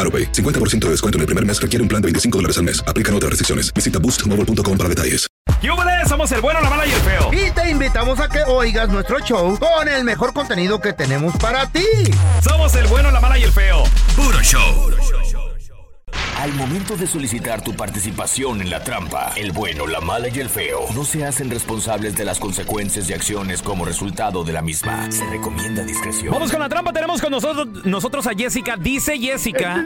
AroPay. 50% de descuento en el primer mes requiere un plan de 25 dólares al mes. Aplican otras restricciones. Visita boostmobile.com para detalles. ¡Yúbales! Somos el bueno, la mala y el feo. Y te invitamos a que oigas nuestro show con el mejor contenido que tenemos para ti. Somos el bueno, la mala y el feo. Puro show. Al momento de solicitar tu participación en la trampa, el bueno, la mala y el feo no se hacen responsables de las consecuencias y acciones como resultado de la misma. Se recomienda discreción. Vamos con la trampa. Tenemos con nosotros, nosotros a Jessica. Dice Jessica.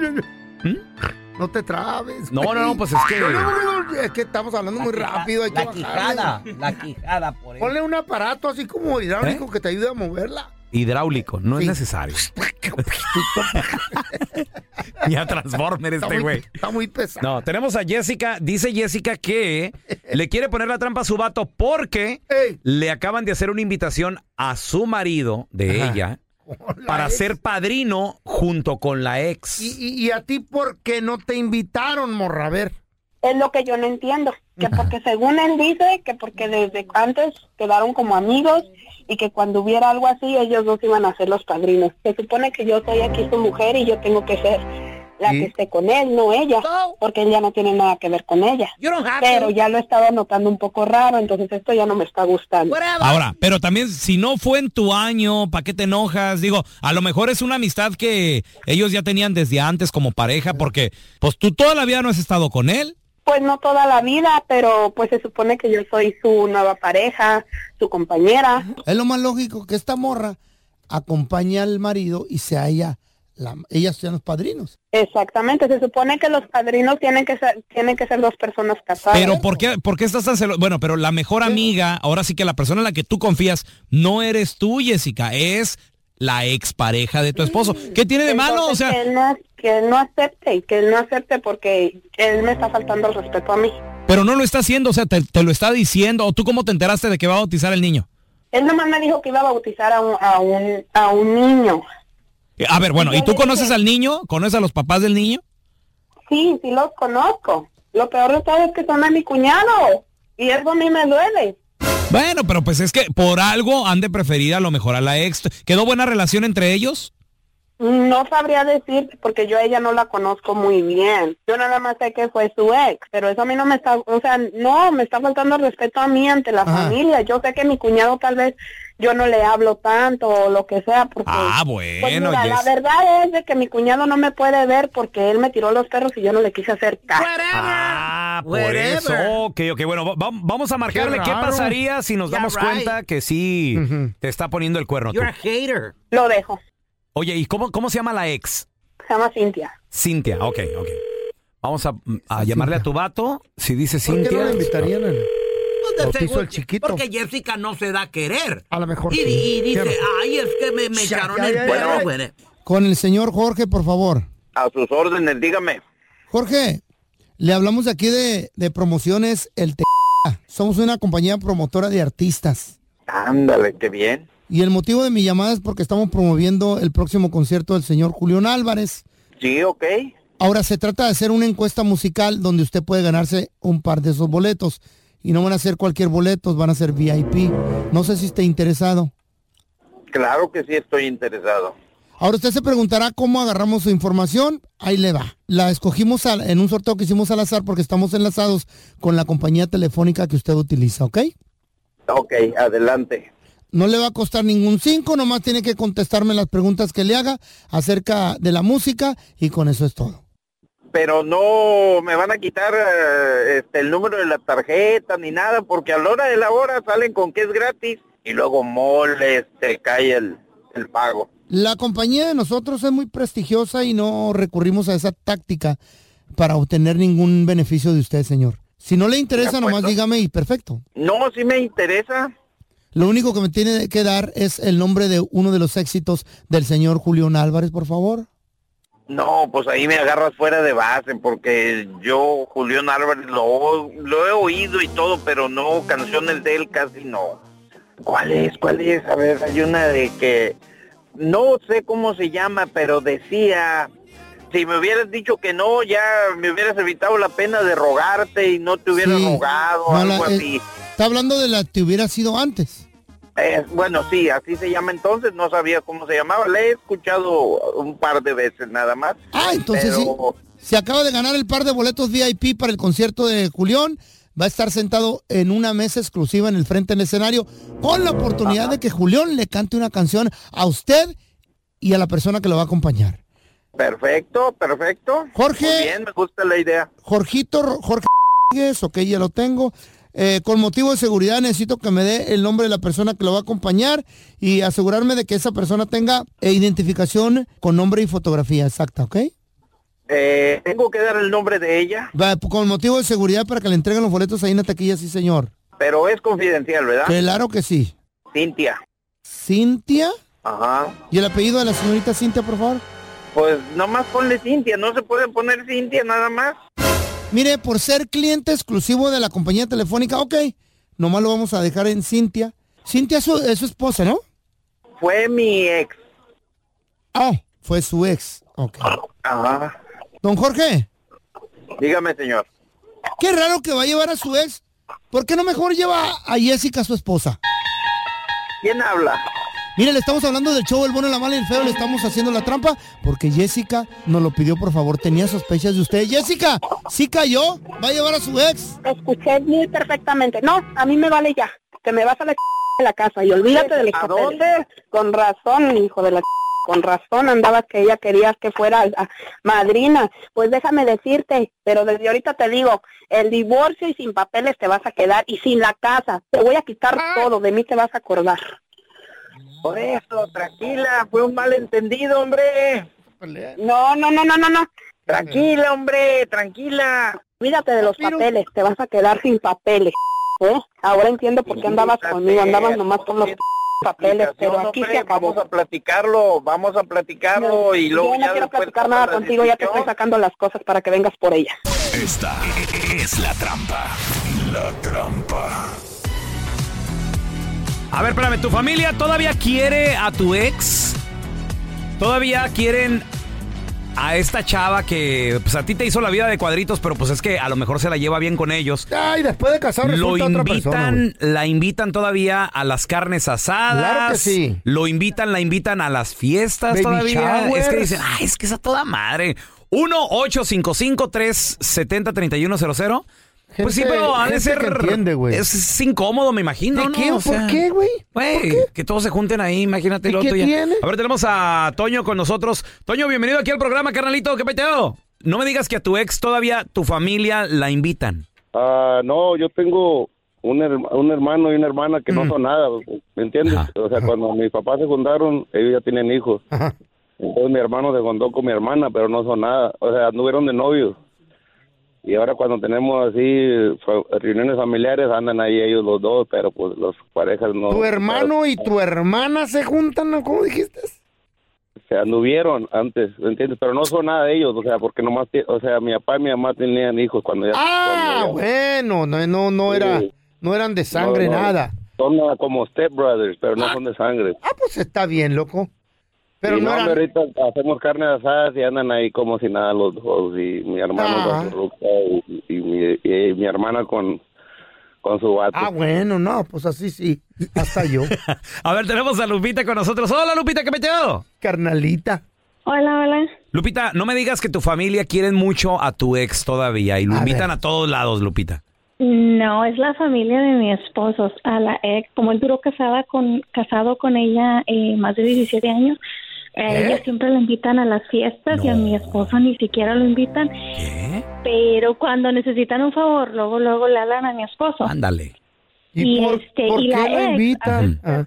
No te trabes. No, güey. no, no, pues es que- No, no, no, es que estamos hablando muy rápido. Hay que La quijada, bajarle. la quijada por eso. ¿Eh? Ponle un aparato así como hidráulico que te ayude a moverla. Hidráulico, no Sí. es necesario. ya Transformer Está este muy- güey. Está muy pesado. No, tenemos a Jessica. Dice Jessica que le quiere poner la trampa a su vato porque Ey, le acaban de hacer una invitación a su marido de Ajá. ella con la para ex. ser padrino junto con la ex. Y, y- y a ti, ¿por qué no te invitaron, morra? A ver. Es lo que yo no entiendo, que porque según él dice que porque desde antes quedaron como amigos y que cuando hubiera algo así ellos dos iban a ser los padrinos. Se supone que yo soy aquí su mujer y yo tengo que ser la ¿Y? que esté con él, no ella, porque él ya no tiene nada que ver con ella. You don't have Pero to. ya lo estaba notando un poco raro, entonces esto ya no me está gustando. Whatever. Ahora, pero también si no fue en tu año, ¿para qué te enojas? Digo, a lo mejor es una amistad que ellos ya tenían desde antes como pareja, porque pues tú toda la vida no has estado con él. Pues no toda la vida, pero pues se supone que yo soy su nueva pareja, su compañera. Es lo más lógico que esta morra acompañe al marido y sea ella, la, ellas sean los padrinos. Exactamente, se supone que los padrinos tienen que ser, tienen que ser dos personas casadas. Pero ¿por qué, por qué estás tan celoso? Bueno, pero la mejor amiga, ahora sí que la persona en la que tú confías, no eres tú, Jessica, es la expareja de tu esposo. Mm. ¿Qué tiene de malo? O Entonces, sea, que él, no, que él no acepte, que él no acepte porque él me está faltando el respeto a mí. pero no lo está haciendo, o sea, te, te lo está diciendo. ¿O tú cómo te enteraste de que va a bautizar el niño? Él nomás me dijo que iba a bautizar a un, a un, a un niño. Eh, A ver, bueno, ¿y tú conoces al niño? ¿Conoces a los papás del niño? Sí, sí los conozco. Lo peor de todo es que son a mi cuñado. Y eso a mí me duele. Bueno, pero pues es que por algo han de preferir a lo mejor a la ex. ¿Quedó buena relación entre ellos? No sabría decir porque yo a ella no la conozco muy bien. Yo nada más sé que fue su ex, pero eso a mí no me está, o sea, no, me está faltando el respeto a mí ante la Ajá. familia. Yo sé que mi cuñado tal vez yo no le hablo tanto o lo que sea porque Ah, Pues bueno, mira, la Jess. verdad es de que mi cuñado no me puede ver porque él me tiró los perros y yo no le quise hacer caso. Ah, por Whatever. eso. Ok, ok. Bueno, va- va- vamos a marcarle qué, raro. pasaría si nos Yeah, damos right. cuenta que sí Ujú. te está poniendo el cuerno. tú. You're a hater. Lo dejo. Oye, ¿y cómo, cómo se llama la ex? Se llama Cintia. Cintia. Ok, ok. Vamos a, a llamarle a tu vato. Si dice ¿Por Cintia. qué no la invitarían? al- Pues Bautizo al chiquito. Porque Jessica no se da a querer. A lo mejor Y, sí. y dice, Claro. ay, es que me, me Ya, echaron ya, el ya, ya, perro, ya. güey. Con el señor Jorge, por favor. A sus órdenes, dígame. Jorge, le hablamos aquí de, de promociones El Te. Somos una compañía promotora de artistas. Ándale, qué bien. Y el motivo de mi llamada es porque estamos promoviendo el próximo concierto del señor Julián Álvarez. Sí, ok. Ahora se trata de hacer una encuesta musical donde usted puede ganarse un par de esos boletos. Y no van a ser cualquier boletos, van a ser VIP. No sé si esté interesado. Claro que sí estoy interesado. Ahora usted se preguntará cómo agarramos su información. Ahí le va. La escogimos al- en un sorteo que hicimos al azar porque estamos enlazados con la compañía telefónica que usted utiliza, ¿ok? Ok, adelante. No le va a costar ningún 5, nomás tiene que contestarme las preguntas que le haga acerca de la música y con eso es todo. Pero no me van a quitar eh, este, el número de la tarjeta ni nada, porque a la hora de la hora salen con que es gratis y luego moles, te cae el, el pago. La compañía de nosotros es muy prestigiosa y no recurrimos a esa táctica para obtener ningún beneficio de usted, señor. Si no le interesa, nomás dígame y perfecto. No, sí me interesa. Lo único que me tiene que dar es el nombre de uno de los éxitos del señor Julián Álvarez, por favor. No, pues ahí me agarras fuera de base, porque yo, Julián Álvarez, lo, lo he oído y todo, pero no, canciones de él casi no. ¿Cuál es? ¿Cuál es? A ver, hay una de que no sé cómo se llama, pero decía, si me hubieras dicho que no, ya me hubieras evitado la pena de rogarte y no te hubieras Sí. rogado, No, la- algo eh, así. Está hablando de la que hubiera sido antes. Eh, bueno, sí, así se llama entonces, no sabía cómo se llamaba, le he escuchado un par de veces nada más. Ah, entonces sí. Se acaba de ganar el par de boletos VIP para el concierto de Julián. Va a estar sentado en una mesa exclusiva en el frente del escenario con la oportunidad de que Julián le cante una canción a usted y a la persona que lo va a acompañar. Perfecto, perfecto. Jorge. Muy bien, me gusta la idea. Jorgito, Ro- Jorge Rodríguez, ok, ya lo tengo. Eh, con motivo de seguridad necesito que me dé el nombre de la persona que lo va a acompañar y asegurarme de que esa persona tenga eh, identificación con nombre y fotografía exacta, ¿ok? Eh, tengo que dar el nombre de ella, Va, con motivo de seguridad para que le entreguen los boletos ahí en la taquilla, sí señor. pero es confidencial, ¿verdad? Claro que sí. Cintia. Cintia. Ajá. ¿Y el apellido de la señorita Cintia, por favor? Pues nomás ponle Cintia, no se puede poner Cintia nada más. Mire, por ser cliente exclusivo de la compañía telefónica, ok, nomás lo vamos a dejar en Cintia. Cintia es su, es su esposa, ¿no? Fue mi ex. Ah, fue su ex. Ok. Ajá. Don Jorge, Dígame, señor. qué raro que va a llevar a su ex. ¿Por qué no mejor lleva a Jessica, su esposa? ¿Quién habla? Mire, le estamos hablando del show El Bueno, la Mala y el Feo, le estamos haciendo la trampa porque Jessica nos lo pidió, por favor, tenía sospechas de usted. Jessica, sí cayó, va a llevar a su ex. Escuché muy perfectamente. No, a mí me vale ya. Te me vas a la de la casa y olvídate de los ¿A papeles. Con razón, hijo de la con razón andabas que ella querías que fuera a- madrina. Pues déjame decirte, pero desde ahorita te digo, el divorcio y sin papeles te vas a quedar y sin la casa. Te voy a quitar todo, de mí te vas a acordar. Por eso, tranquila, fue un malentendido, hombre. No, no, no, no, no, no. Tranquila, hombre, tranquila. Cuídate de los papeles, te vas a quedar sin papeles. ¿eh? Ahora entiendo por qué andabas conmigo, andabas nomás con los papeles, pero aquí se acabó. Vamos a platicarlo, vamos a platicarlo y luego Yo no ya quiero después platicar nada contigo, ya te estoy sacando las cosas para que vengas por ella. Esta es la trampa. La trampa. A ver, espérame, ¿tu familia todavía quiere a tu ex? ¿Todavía quieren a esta chava que pues a ti te hizo la vida de cuadritos, pero pues es que a lo mejor se la lleva bien con ellos? Ay, después de casar Lo resulta otra persona. güey. invitan, la invitan todavía a las carnes asadas. Claro que sí. Lo invitan, la invitan a las fiestas Baby todavía. showers. Es que dicen, ay, es que es a toda madre. 1-855-370-3100. Pues sí, Gente- pero ha de gente ser. que entiende, güey. es, es incómodo, me imagino. ¿De ¿no? qué? O ¿Por sea, qué, güey? ¿Por Güey, qué? que todos se junten ahí, imagínate ¿Y lo qué tuyo. tiene? A ver, tenemos a Toño con nosotros. Toño, bienvenido aquí al programa, carnalito. ¿Qué peteo? No me digas que a tu ex todavía tu familia la invitan. Ah, no, yo tengo un, her- un hermano y una hermana Mm. que no son nada, ¿me entiendes? O sea, cuando mis papás se juntaron, ellos ya tienen hijos. Entonces mi hermano se juntó con mi hermana, pero no son nada. O sea, anduvieron de novios. Y ahora cuando tenemos así fa- reuniones familiares, andan ahí ellos los dos, pero pues los parejas no... Tu hermano y tu hermana se juntan, ¿no? ¿Cómo dijiste? se anduvieron antes, ¿me entiendes? Pero no son nada de ellos, o sea, porque nomás, ti- o sea, mi papá y mi mamá tenían hijos cuando ya... Ah, bueno, no, no, no era, Sí. no eran de sangre No, no, nada. Son ah, como stepbrothers, pero no son de sangre. Ah, pues está bien, loco. Pero Y no no, eran- hombre, ahorita hacemos carne asadas y andan ahí como si nada los dos. Y mi hermano Ah. con su ruca y, y mi, y mi hermana con, con su vato. Ah, bueno, no, pues así sí. Hasta yo. A ver, tenemos a Lupita con nosotros. Hola, Lupita, ¿qué metido? Carnalita. Hola, hola. Lupita, no me digas que tu familia quieren mucho a tu ex todavía y lo invitan a todos lados, Lupita. No, es la familia de mi esposo, a la ex. Como él duró casada con, casado con ella eh, más de 17 años, eh, a ella siempre la invitan a las fiestas y a mi esposo ni siquiera lo invitan. Pero cuando necesitan un favor, luego, luego le hablan a mi esposo. Ándale. Y, este, y la ex,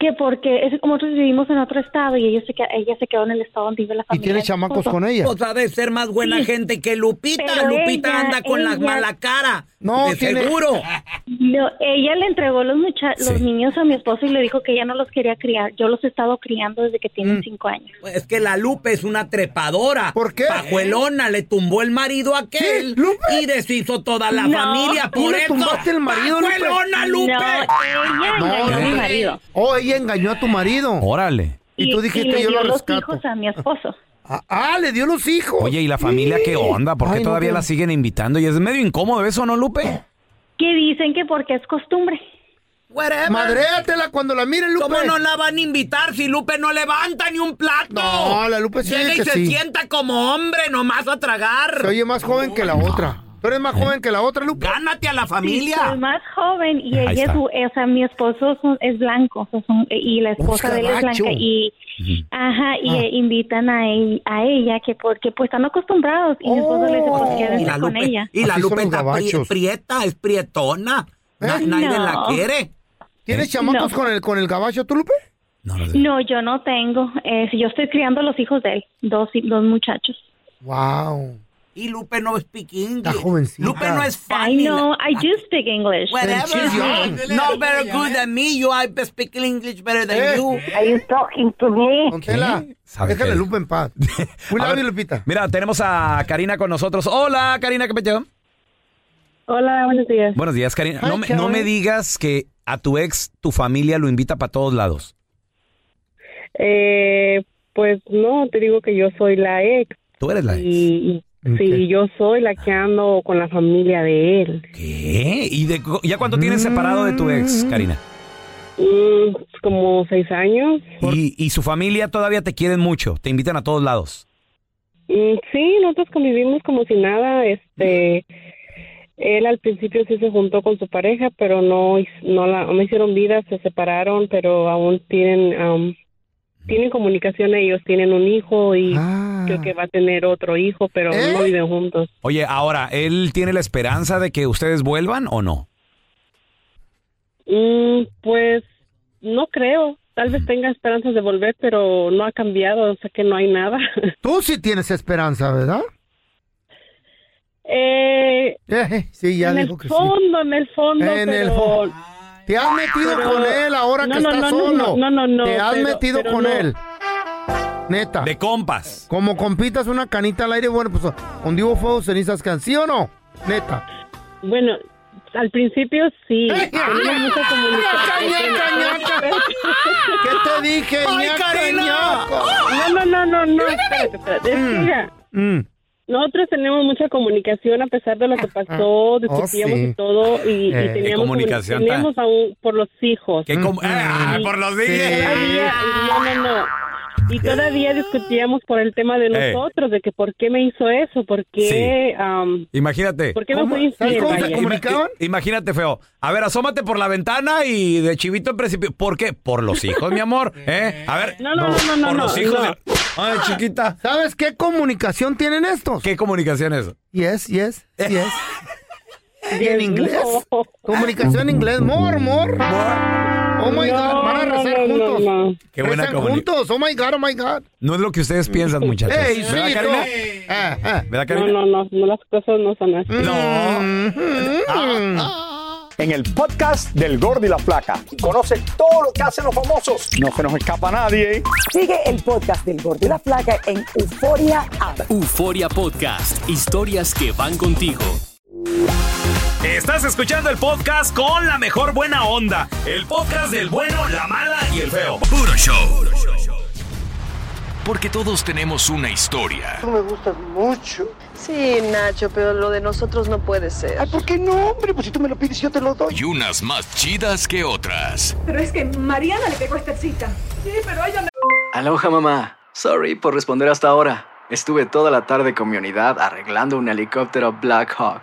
que porque es como nosotros vivimos en otro estado y ella se, queda- ella se quedó en el estado donde vive la familia. de mi esposo. Pues ha de ser más buena gente que Lupita. Pero Lupita ella- anda con la ella- mala cara. No, de tiene- seguro. No, ella le entregó los, mucha- los niños a mi esposo y le dijo que ella no los quería criar. Yo los he estado criando desde que Mm. tienen cinco años. Es que la Lupe es una trepadora. ¿Por qué? Pajuelona le tumbó el marido a aquel y deshizo toda la No. familia. ¿Tú Por le eso. tumbaste el marido, Lupe? Ah, Pajuelona, Lupe. Oh, ella engañó a tu marido. Órale. Y, tú dijiste, le yo dio lo los rescato. hijos a mi esposo. Ah, ah, le dio los hijos. Oye, ¿y la familia qué onda? ¿Por qué Ay, no, todavía qué- la siguen invitando? Y es medio incómodo eso, ¿no, Lupe? Que dicen que porque es costumbre. Madréatela cuando la miren, Lupe. ¿Cómo no la van a invitar si Lupe no levanta ni un plato? No, la Lupe sí Llega dice y que se sí. sienta como hombre nomás a tragar. Se oye más joven que la otra. Tú eres más joven que la otra, Lupe. Gánate a la Sí, soy más joven y Ahí ella es, está. o sea, mi esposo son- es blanco o sea, son- y la esposa de él es gabacho. blanca y ajá Ah. y eh, invitan a, él- a ella que porque pues están acostumbrados y mi esposo le dice Oh, pues Y quédense la con Lupe, ella. y la Así son Lupe los está pri- gabachos. prieta, es prietona. Na- Pues Nadie No. la quiere. ¿Tienes chamacos con el con el gabacho tú, Lupe? No, yo no tengo. Eh, yo estoy criando a los hijos de él, dos, dos muchachos. Wow. Y Lupe no es piquín. Está jovencita. Lupe no es fan. I know, I do speak English. Whatever. No better good than me. You I speak English better than you. Are you talking to me? Eh. Déjale a Lupe en paz. A ver, Mira, tenemos a Karina con nosotros. Hola, Karina, ¿qué peteo? Hola, buenos días. Buenos días, Karina. Hi, No me, no Karen. me digas que a tu ex tu familia lo invita para todos lados. Eh, pues no, te digo que yo soy la ex. Tú eres la ex. Y, y- sí, yo soy la que ando con la familia de él. ¿Qué? ¿Eh? ¿Y de, cu- ya cuánto tienes separado de tu ex, Karina? Mm, como seis años. Y, y su familia todavía te quieren mucho, te invitan a todos lados. Mm, sí, nosotros convivimos como si nada. Este, él al principio sí se juntó con su pareja, pero no, his- no la, no hicieron vida, se separaron, pero aún tienen, um, tienen comunicación ellos, tienen un hijo y creo que va a tener otro hijo, pero no viven juntos. Oye, ahora, ¿él tiene la esperanza de que ustedes vuelvan o no? Mm, pues no creo. Tal vez tenga esperanzas de volver, pero no ha cambiado, o sea que no hay nada. Tú sí tienes esperanza, ¿verdad? Eh, Pues sí, ya en dijo el que sí. fondo, en el fondo, En el pero- fondo. Te has metido pero- con él ahora No, que no, estás no, no, solo. no, no, no, Te has pero- metido pero con no. él. Neta. De compas. Como compitas una canita al aire, bueno, pues donde hubo fuego, cenizas can, ¿sí o no? Neta. Bueno, al principio sí. Teníamos mucha comunicación. ¿Qué te dije? ¡Ay, ñaca, Karina! ñaco? No, no, no, no, no, espérate, espérate. Es Mm, que mira, nosotros tenemos mucha comunicación a pesar de lo Ah, que Oh, pasó, discutíamos sí. y todo, y, y Eh, qué teníamos, comunicación tan- teníamos aún por los hijos. Que com- ¡Ah, por los Y todavía- y no, no, no. Y todavía discutíamos por el tema de Eh. nosotros, de que por qué me hizo eso, por qué... am, Imagínate. ¿Por qué me fui infiel? vaya? Ima- Imagínate, feo. A ver, asómate por la ventana y de chivito en principio. ¿Por qué? Por los hijos, mi amor. ¿Eh? A ver. No, no, no, no, no, Por los no, hijos. no. de- Ay, chiquita. ¿Sabes qué comunicación tienen estos? ¿Qué comunicación es? Yes, yes, yes. ¿Y en inglés? Comunicación en inglés. More, more. Oh my No, God, van a rezar no, no, juntos. no. Qué buena Rezan comuni- juntos. Oh my God, oh my God. No es lo que ustedes piensan, muchachos. Ey, sí, Eh, ¿Verdad, Karina? ¿Verdad, No, Karina? no, no, no, las cosas no son así. Ah. En el podcast del Gordi y la Flaca. Conoce todo lo que hacen los famosos. No se nos escapa nadie. ¿eh? Sigue el podcast del Gordo y la Flaca en Euforia App. Euforia Podcast, historias que van contigo. Estás escuchando el podcast con la mejor buena onda. El podcast del bueno, la mala y el feo. Puro show. Porque todos tenemos una historia. Tú me gustas mucho. Sí, Nacho, pero lo de nosotros no puede ser. Ay, ¿por qué no, hombre? Pues si tú me lo pides, yo te lo doy. Y unas más chidas que otras. Pero es que Mariana le pegó esta cita. Sí, pero ella me... Aloha mamá. Sorry por responder hasta ahora. Estuve toda la tarde con mi unidad arreglando un helicóptero Black Hawk.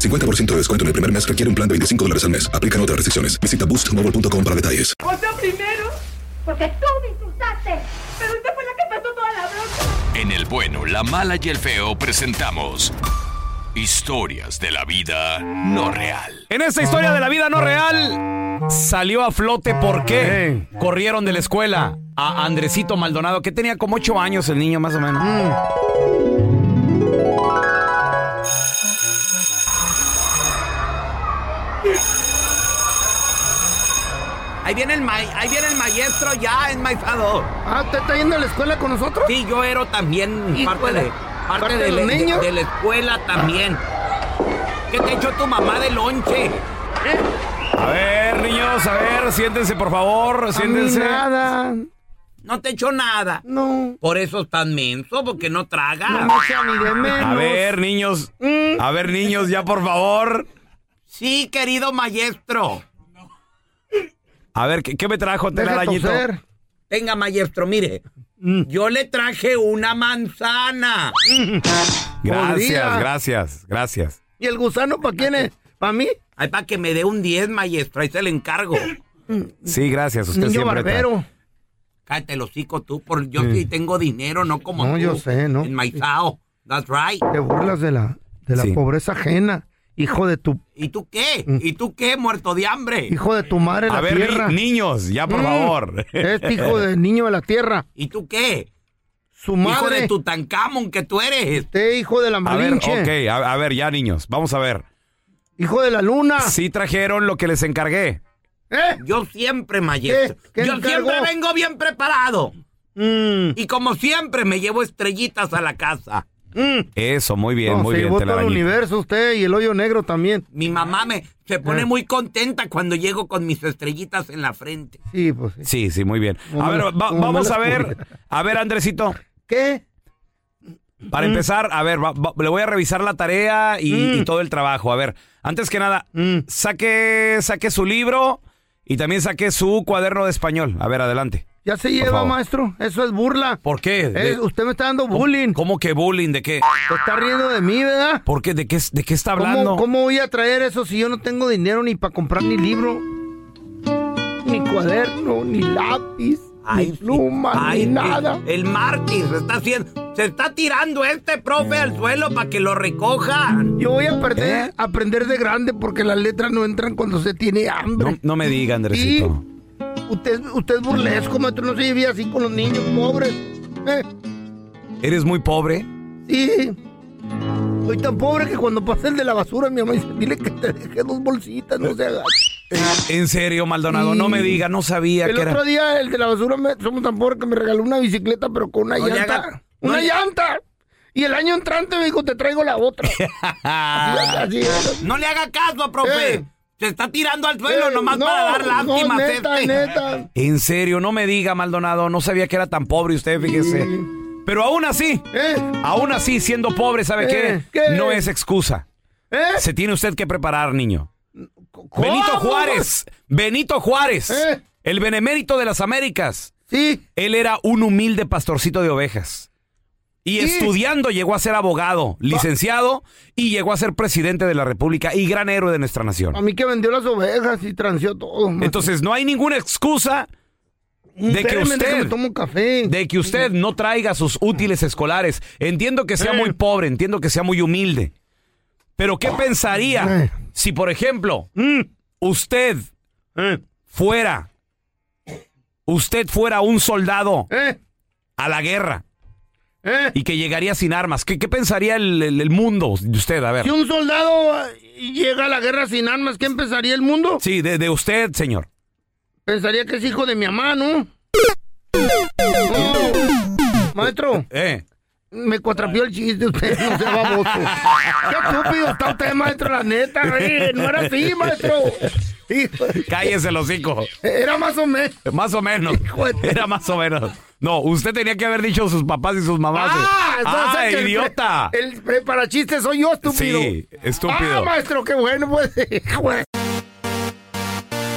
50% de descuento en el primer mes requiere un plan de 25 dólares al mes. Aplican otras restricciones. Visita boostmobile.com para detalles. Volteo primero, porque tú me insultaste. Pero usted fue la que pasó toda la bronca. En el bueno, la mala y el feo presentamos historias de la vida no real. En esta historia de la vida no real salió a flote por qué corrieron de la escuela a Andresito Maldonado, que tenía como 8 años el niño más o menos. Mm. Ahí viene el, ma- ahí viene el maestro ya enmaizado. Ah, ¿te está yendo a la escuela con nosotros? Sí, yo era también parte de, parte ¿Parte de, de los la- de- niños? de la escuela también. ¿Qué te echó tu mamá de lonche? ¿Eh? A ver, niños, a ver, siéntense por favor, siéntense. nada. No te echó nada. No. Por eso estás menso, porque no tragas. No me echa ni de menos. A ver, niños. Mm. A ver, niños, ya por favor. Sí, querido maestro. A ver, ¿qué, qué me trajo telarañito? Venga, maestro, mire. Mm. Yo le traje una manzana. Gracias, Podría. gracias, gracias. ¿Y el gusano para quién es? ¿Para mí? Ay, para que me dé un 10, maestro. Ahí se le encargo. Sí, gracias. Usted siempre trae. Cállate el hocico tú, por yo sí tengo dinero, no como Mm. No, tú. yo sé, ¿no? Enmaizado. That's right. Te burlas de la, de la pobreza ajena, hijo de tu, ¿Y tú qué? ¿Y tú qué, muerto de hambre? Mm. hijo de tu madre A la ver, ni- tierra. Mm. niños, ya, por favor. Este hijo de niño de la tierra. ¿Y tú qué? Su Hijo madre. de Tutankamón que tú eres. Usted, hijo de la A ver, malinche. ok, a, a ver, ya, niños, vamos a ver. Hijo de la luna. ¿Eh? Sí trajeron lo que les encargué. Yo siempre, maestro. ¿Qué Yo encargó? siempre vengo bien preparado. Mm. Y como siempre, me llevo estrellitas a la casa. Eso, muy bien, Mm. No, muy se bien, llevó todo el telarañito. universo usted y el hoyo negro también. Mi mamá me se Eh. pone muy contenta cuando llego con mis estrellitas en la frente. Sí, pues. Sí, sí, muy bien. Como A ver, mala- va- como vamos mala a ver. escuela. A ver, Andresito. ¿Qué? Para Mm. empezar, a ver, va- va- le voy a revisar la tarea y, Mm. y todo el trabajo. A ver, antes que nada, saque, saque su libro y también saque su cuaderno de español. A ver, adelante. Ya se Por lleva, favor. maestro. Eso es burla. ¿Por qué? Es- De- usted me está dando ¿Cómo- bullying. ¿Cómo que bullying? ¿De qué? Te está riendo de mí, ¿verdad? ¿Por qué? ¿De qué, de qué está hablando? ¿Cómo, cómo voy a traer eso si yo no tengo dinero ni para comprar ni libro, ni cuaderno, ni lápiz, ni pluma, Ay, ni eh, nada? El mártir se está haciendo, se está tirando este profe al suelo para que lo recojan. Yo voy a eh. perder, aprender de grande porque las letras no entran cuando se tiene hambre. No, no me diga, Sí. Andresito. Usted, usted es burlesco, maestro. No se lleve así con los niños pobres. Eh, ¿Eres muy pobre? sí. Soy tan pobre que cuando pase el de la basura, mi mamá dice, dile que te deje dos bolsitas, no se haga. En serio, Maldonado, no me diga, no sabía El que era. otro día el de la basura me, somos tan pobres que me regaló una bicicleta pero con una No le llanta. haga- una llanta. Y el año entrante me dijo, te traigo la otra. Así es, así es. No le haga caso, profe. Eh. Se está tirando al suelo Eh, nomás no, para dar no, lástima. neta, este. neta. En serio, no me diga, Maldonado, no sabía que era tan pobre usted, fíjese. Pero aún así, aún así, siendo pobre, ¿sabe Eh, qué? ¿qué? No es excusa. ¿Eh? Se tiene usted que preparar, niño. Benito Juárez, Benito Juárez, El benemérito de las Américas. Sí. Él era un humilde pastorcito de ovejas. Y estudiando llegó a ser abogado, licenciado y llegó a ser presidente de la República y gran héroe de nuestra nación. A mí que vendió las ovejas y transeó todo. man. Entonces no hay ninguna excusa de que Espérame, déjame usted de que usted no traiga sus útiles escolares. Entiendo que sea muy pobre, entiendo que sea muy humilde. Pero ¿qué pensaría si por ejemplo, usted fuera usted fuera un soldado a la guerra? Y que llegaría sin armas. ¿Qué, qué pensaría el, el- el mundo de usted? A ver. Si un soldado eh, llega a la guerra sin armas, ¿qué empezaría el mundo? Sí, de, de usted, señor. Pensaría que es hijo de mi mamá, ¿no? Oh, maestro. Eh. Me cuatrapió el chiste, usted no sea baboso. Qué estúpido está usted, maestro, la neta, güey. No era así, maestro. Cállese el hocico. Era más o menos. Más o menos. Era más o menos. No, usted tenía que haber dicho sus papás y sus mamás. Ah, entonces Ah, que el pre- idiota! El para chiste soy yo, estúpido. Sí, estúpido. Ah, maestro, qué bueno, pues. güey.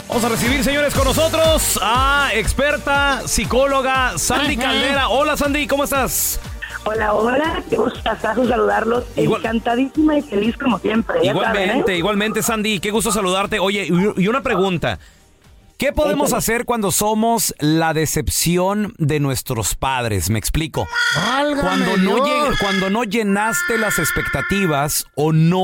Vamos a recibir, señores, con nosotros a experta psicóloga Sandy Caldera. Hola, Sandy, ¿cómo estás? Hola, hola, qué gustazo saludarlos. Encantadísima y feliz como siempre. ya Igualmente, saben, ¿eh? igualmente, Sandy, qué gusto saludarte. Oye, y- y una pregunta. ¿Qué podemos Échale. hacer cuando somos la decepción de nuestros padres? Me explico. Cuando no, Dios! lleg- cuando no llenaste las expectativas o no...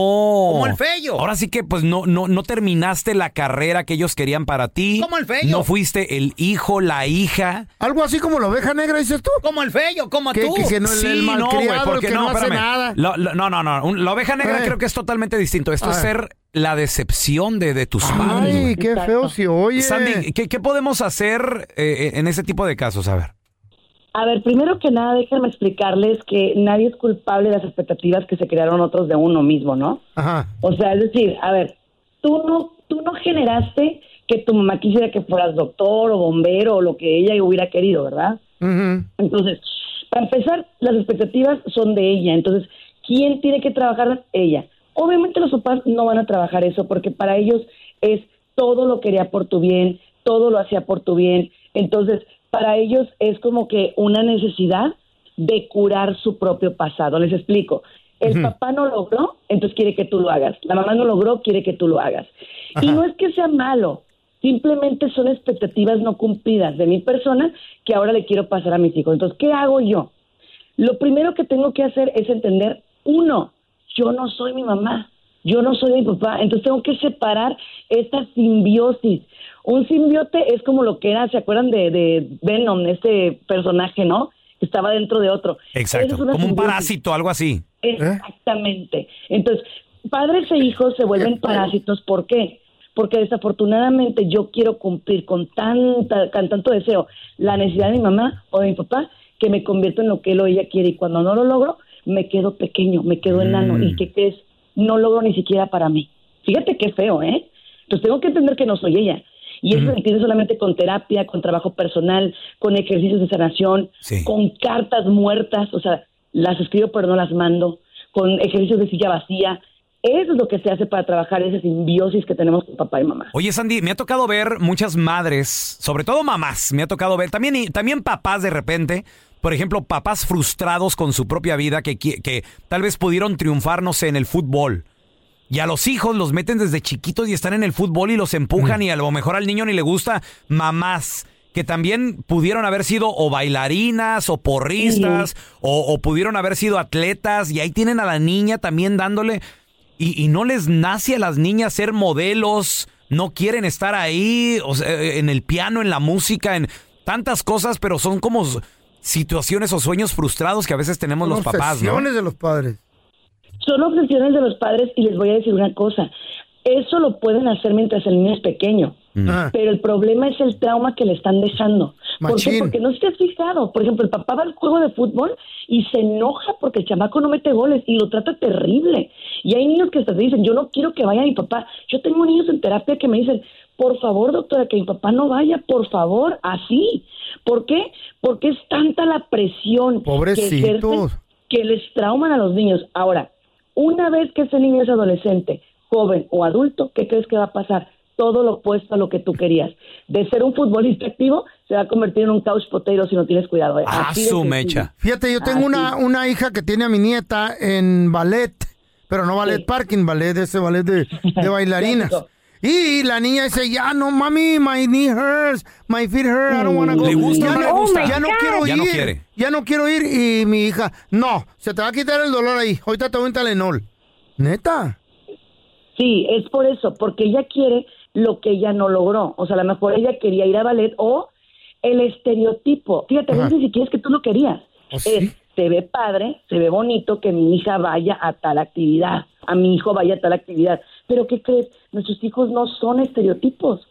Como el feyo. Ahora sí que pues no, no, no terminaste la carrera que ellos querían para ti. Como el feyo. No fuiste el hijo, la hija. Algo así como la oveja negra, dices tú. Como el feyo, como Que- tú. que- que no- el- el malcriado, güey, el que no hace espérame. nada. Lo- lo- no, no, no. un- La oveja negra Eh. creo que es totalmente distinto. Esto A es ver. ser la decepción de, de tus padres. Ay, güey. qué feo se oye. Sandy, ¿qué, qué podemos hacer eh, eh, en ese tipo de casos? A ver. A ver, primero que nada, déjenme explicarles que nadie es culpable de las expectativas que se crearon otros de uno mismo, ¿no? Ajá. O sea, es decir, a ver, tú no, tú no generaste que tu mamá quisiera que fueras doctor o bombero o lo que ella hubiera querido, ¿verdad? Entonces, para empezar, las expectativas son de ella. Entonces, ¿quién tiene que trabajar? Ella. Obviamente los papás no van a trabajar eso porque para ellos es todo lo quería por tu bien, todo lo hacía por tu bien. Entonces, para ellos es como que una necesidad de curar su propio pasado. Les explico. El Ujú. papá no logró, entonces quiere que tú lo hagas. La mamá no logró, quiere que tú lo hagas. Y no es que sea malo, Simplemente son expectativas no cumplidas de mi persona que ahora le quiero pasar a mis hijos. Entonces, ¿qué hago yo? Lo primero que tengo que hacer es entender, uno, yo no soy mi mamá, yo no soy mi papá, entonces tengo que separar esta simbiosis. Un simbiote es como lo que era, ¿se acuerdan de, de Venom, este personaje, no? Que estaba dentro de otro. Exacto. Esa es una Como un simbiosis. parásito, algo así. Exactamente. Entonces, padres e hijos se vuelven parásitos. ¿Por qué? Porque desafortunadamente yo quiero cumplir con, tanta, con tanto deseo la necesidad de mi mamá o de mi papá que me convierto en lo que él o ella quiere y cuando no lo logro me quedo pequeño, me quedo enano y que crees, no logro ni siquiera para mí. Fíjate qué feo, ¿eh? Entonces tengo que entender que no soy ella. Y eso se entiende solamente con terapia, con trabajo personal, con ejercicios de sanación, con cartas muertas, o sea, las escribo pero no las mando, con ejercicios de silla vacía. Eso es lo que se hace para trabajar esa simbiosis que tenemos con papá y mamá. Oye, Sandy, me ha tocado ver muchas madres, sobre todo mamás, me ha tocado ver, también, y- también papás de repente, por ejemplo, papás frustrados con su propia vida que, qui- que tal vez pudieron triunfar, no sé, en el fútbol. Y a los hijos los meten desde chiquitos y están en el fútbol y los Mm. empujan y a lo mejor al niño ni le gusta mamás que también pudieron haber sido o bailarinas o porristas o, o pudieron haber sido atletas y ahí tienen a la niña también dándole y, y no les nace a las niñas ser modelos, no quieren estar ahí, o sea, eh, en el piano, en la música, en tantas cosas, pero son como s- situaciones o sueños frustrados que a veces tenemos los papás, ¿no? Obsesiones de los padres. Son obsesiones de los padres y les voy a decir una cosa. Eso lo pueden hacer mientras el niño es pequeño. Pero el problema es el trauma que le están dejando. ¿Por qué? Machín. Porque no se has fijado. Por ejemplo, el papá va al juego de fútbol y se enoja porque el chamaco no mete goles y lo trata terrible. Y hay niños que hasta te dicen, yo no quiero que vaya mi papá. Yo tengo niños en terapia que me dicen, por favor, doctora, que mi papá no vaya, por favor, así. ¿Por qué? Porque es tanta la presión que Pobrecitos. ejercen que les trauman a los niños. Ahora, una vez que ese niño es adolescente, joven o adulto, ¿qué crees que va a pasar? todo lo opuesto a lo que tú querías. De ser un futbolista activo, se va a convertir en un couch potato si no tienes cuidado. ¿eh? Así de sencillo. Fíjate, yo tengo Así. una, una hija que tiene a mi nieta en ballet, pero no ballet parking, ballet ese ballet de, de bailarinas. Clásico. Y la niña dice, ya no, mami, my knee hurts, my feet hurt, I don't wanna go. ¿Le gusta o ya no le gusta? Ya no Oh my quiero God. ir. Ya no quiere. ya no quiero ir. Y mi hija, no, se te va a quitar el dolor ahí. Ahorita te doy un Telenol. ¿Neta? Sí, es por eso, porque ella quiere lo que ella no logró. O sea, a lo mejor ella quería ir a ballet o el estereotipo. Fíjate, a veces si quieres que tú lo querías. ¿Oh, Es, se ve padre, se ve bonito que mi hija vaya a tal actividad, a mi hijo vaya a tal actividad. Pero ¿qué crees? Nuestros hijos no son estereotipos.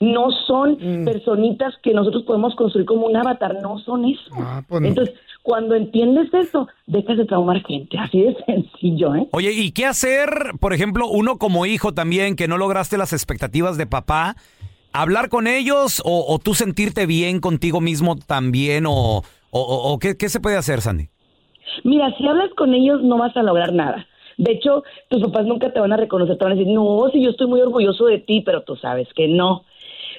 No son Mm. personitas que nosotros podemos construir como un avatar, no son eso. pues no. Entonces, cuando entiendes eso, dejas de traumar gente, así de sencillo, ¿eh? Oye, ¿y qué hacer, por ejemplo, uno como hijo también que no lograste las expectativas de papá? ¿Hablar con ellos o, o tú sentirte bien contigo mismo también? ¿O, o- o- o qué, qué se puede hacer, Sandy? Mira, si hablas con ellos no vas a lograr nada. De hecho, tus papás nunca te van a reconocer, te van a decir, no, si yo estoy muy orgulloso de ti, pero tú sabes que no.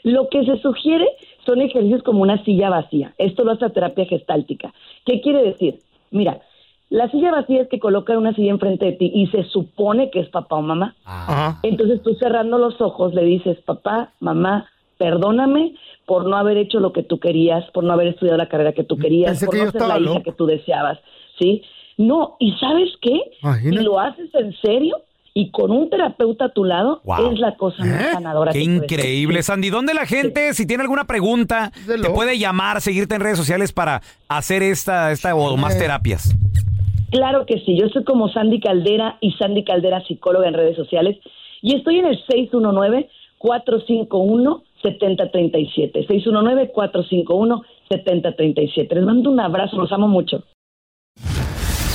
Lo que se sugiere son ejercicios como una silla vacía. Esto lo hace la terapia gestáltica. ¿Qué quiere decir? Mira, la silla vacía es que colocan una silla enfrente de ti y se supone que es papá o mamá. Ah. Entonces tú cerrando los ojos le dices, papá, mamá, perdóname por no haber hecho lo que tú querías, por no haber estudiado la carrera que tú querías, Mm, Pensé por que no yo ser estaba la hija loco. que tú deseabas, ¿sí? No, y ¿sabes qué? Imagínate. Si lo haces en serio y con un terapeuta a tu lado, Wow. es la cosa más sanadora Qué que puedes increíble, Sandy. ¿Dónde la gente, si tiene alguna pregunta, te puede llamar, seguirte en redes sociales para hacer esta, esta o más terapias? Claro que sí, yo soy como Sandy Caldera y Sandy Caldera psicóloga en redes sociales y estoy en el 619 451 7037. 619 451 7037. Les mando un abrazo, los amo mucho.